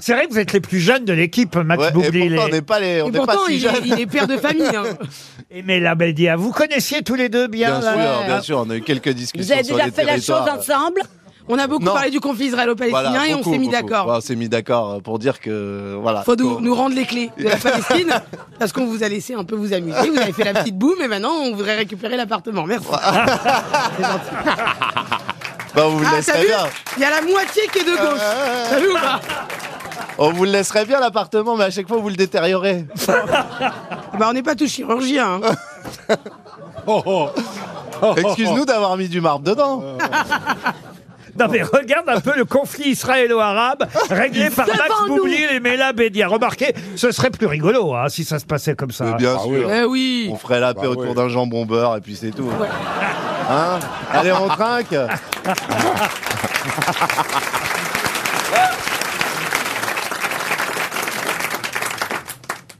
C'est vrai que vous êtes les plus jeunes de l'équipe, Ah, Max Ouais, et Boublil pourtant, on n'est pas les, on Et n'est pas pourtant, si il, est, jeunes. il est père de famille. hein. et Mela Beldia. Vous connaissiez tous les deux bien, Bien sûr, la- bien sûr, on a eu quelques discussions Vous avez sur déjà les fait la chose territoires. ensemble On a beaucoup Non. parlé du conflit israélo-palestinien Voilà, et on beaucoup, s'est mis beaucoup. d'accord. Voilà, on s'est mis d'accord euh, pour dire que voilà. Faut nous, qu'on- nous rendre les clés de la Palestine parce qu'on vous a laissé un peu vous amuser. Vous avez fait la petite boum et maintenant on voudrait récupérer l'appartement. Merci. Bah, on vous le Ah, t'as laisserait vu bien. Il y a la moitié qui est de gauche. Euh, T'as vu ou pas On vous le laisserait bien l'appartement, mais à chaque fois vous le détériorez. Bah, on n'est pas tous chirurgiens. hein. Oh. Excuse-nous d'avoir mis du marbre dedans. Non mais regarde un peu le conflit israélo-arabe réglé par Max Devant nous. Boublil et Mela Beldia. Remarquez, ce serait plus rigolo hein, si ça se passait comme ça. Mais bien Ah sûr. oui. Eh oui. On ferait la paix Bah autour ouais. d'un jambon beurre et puis c'est tout. Hein Allez, on trinque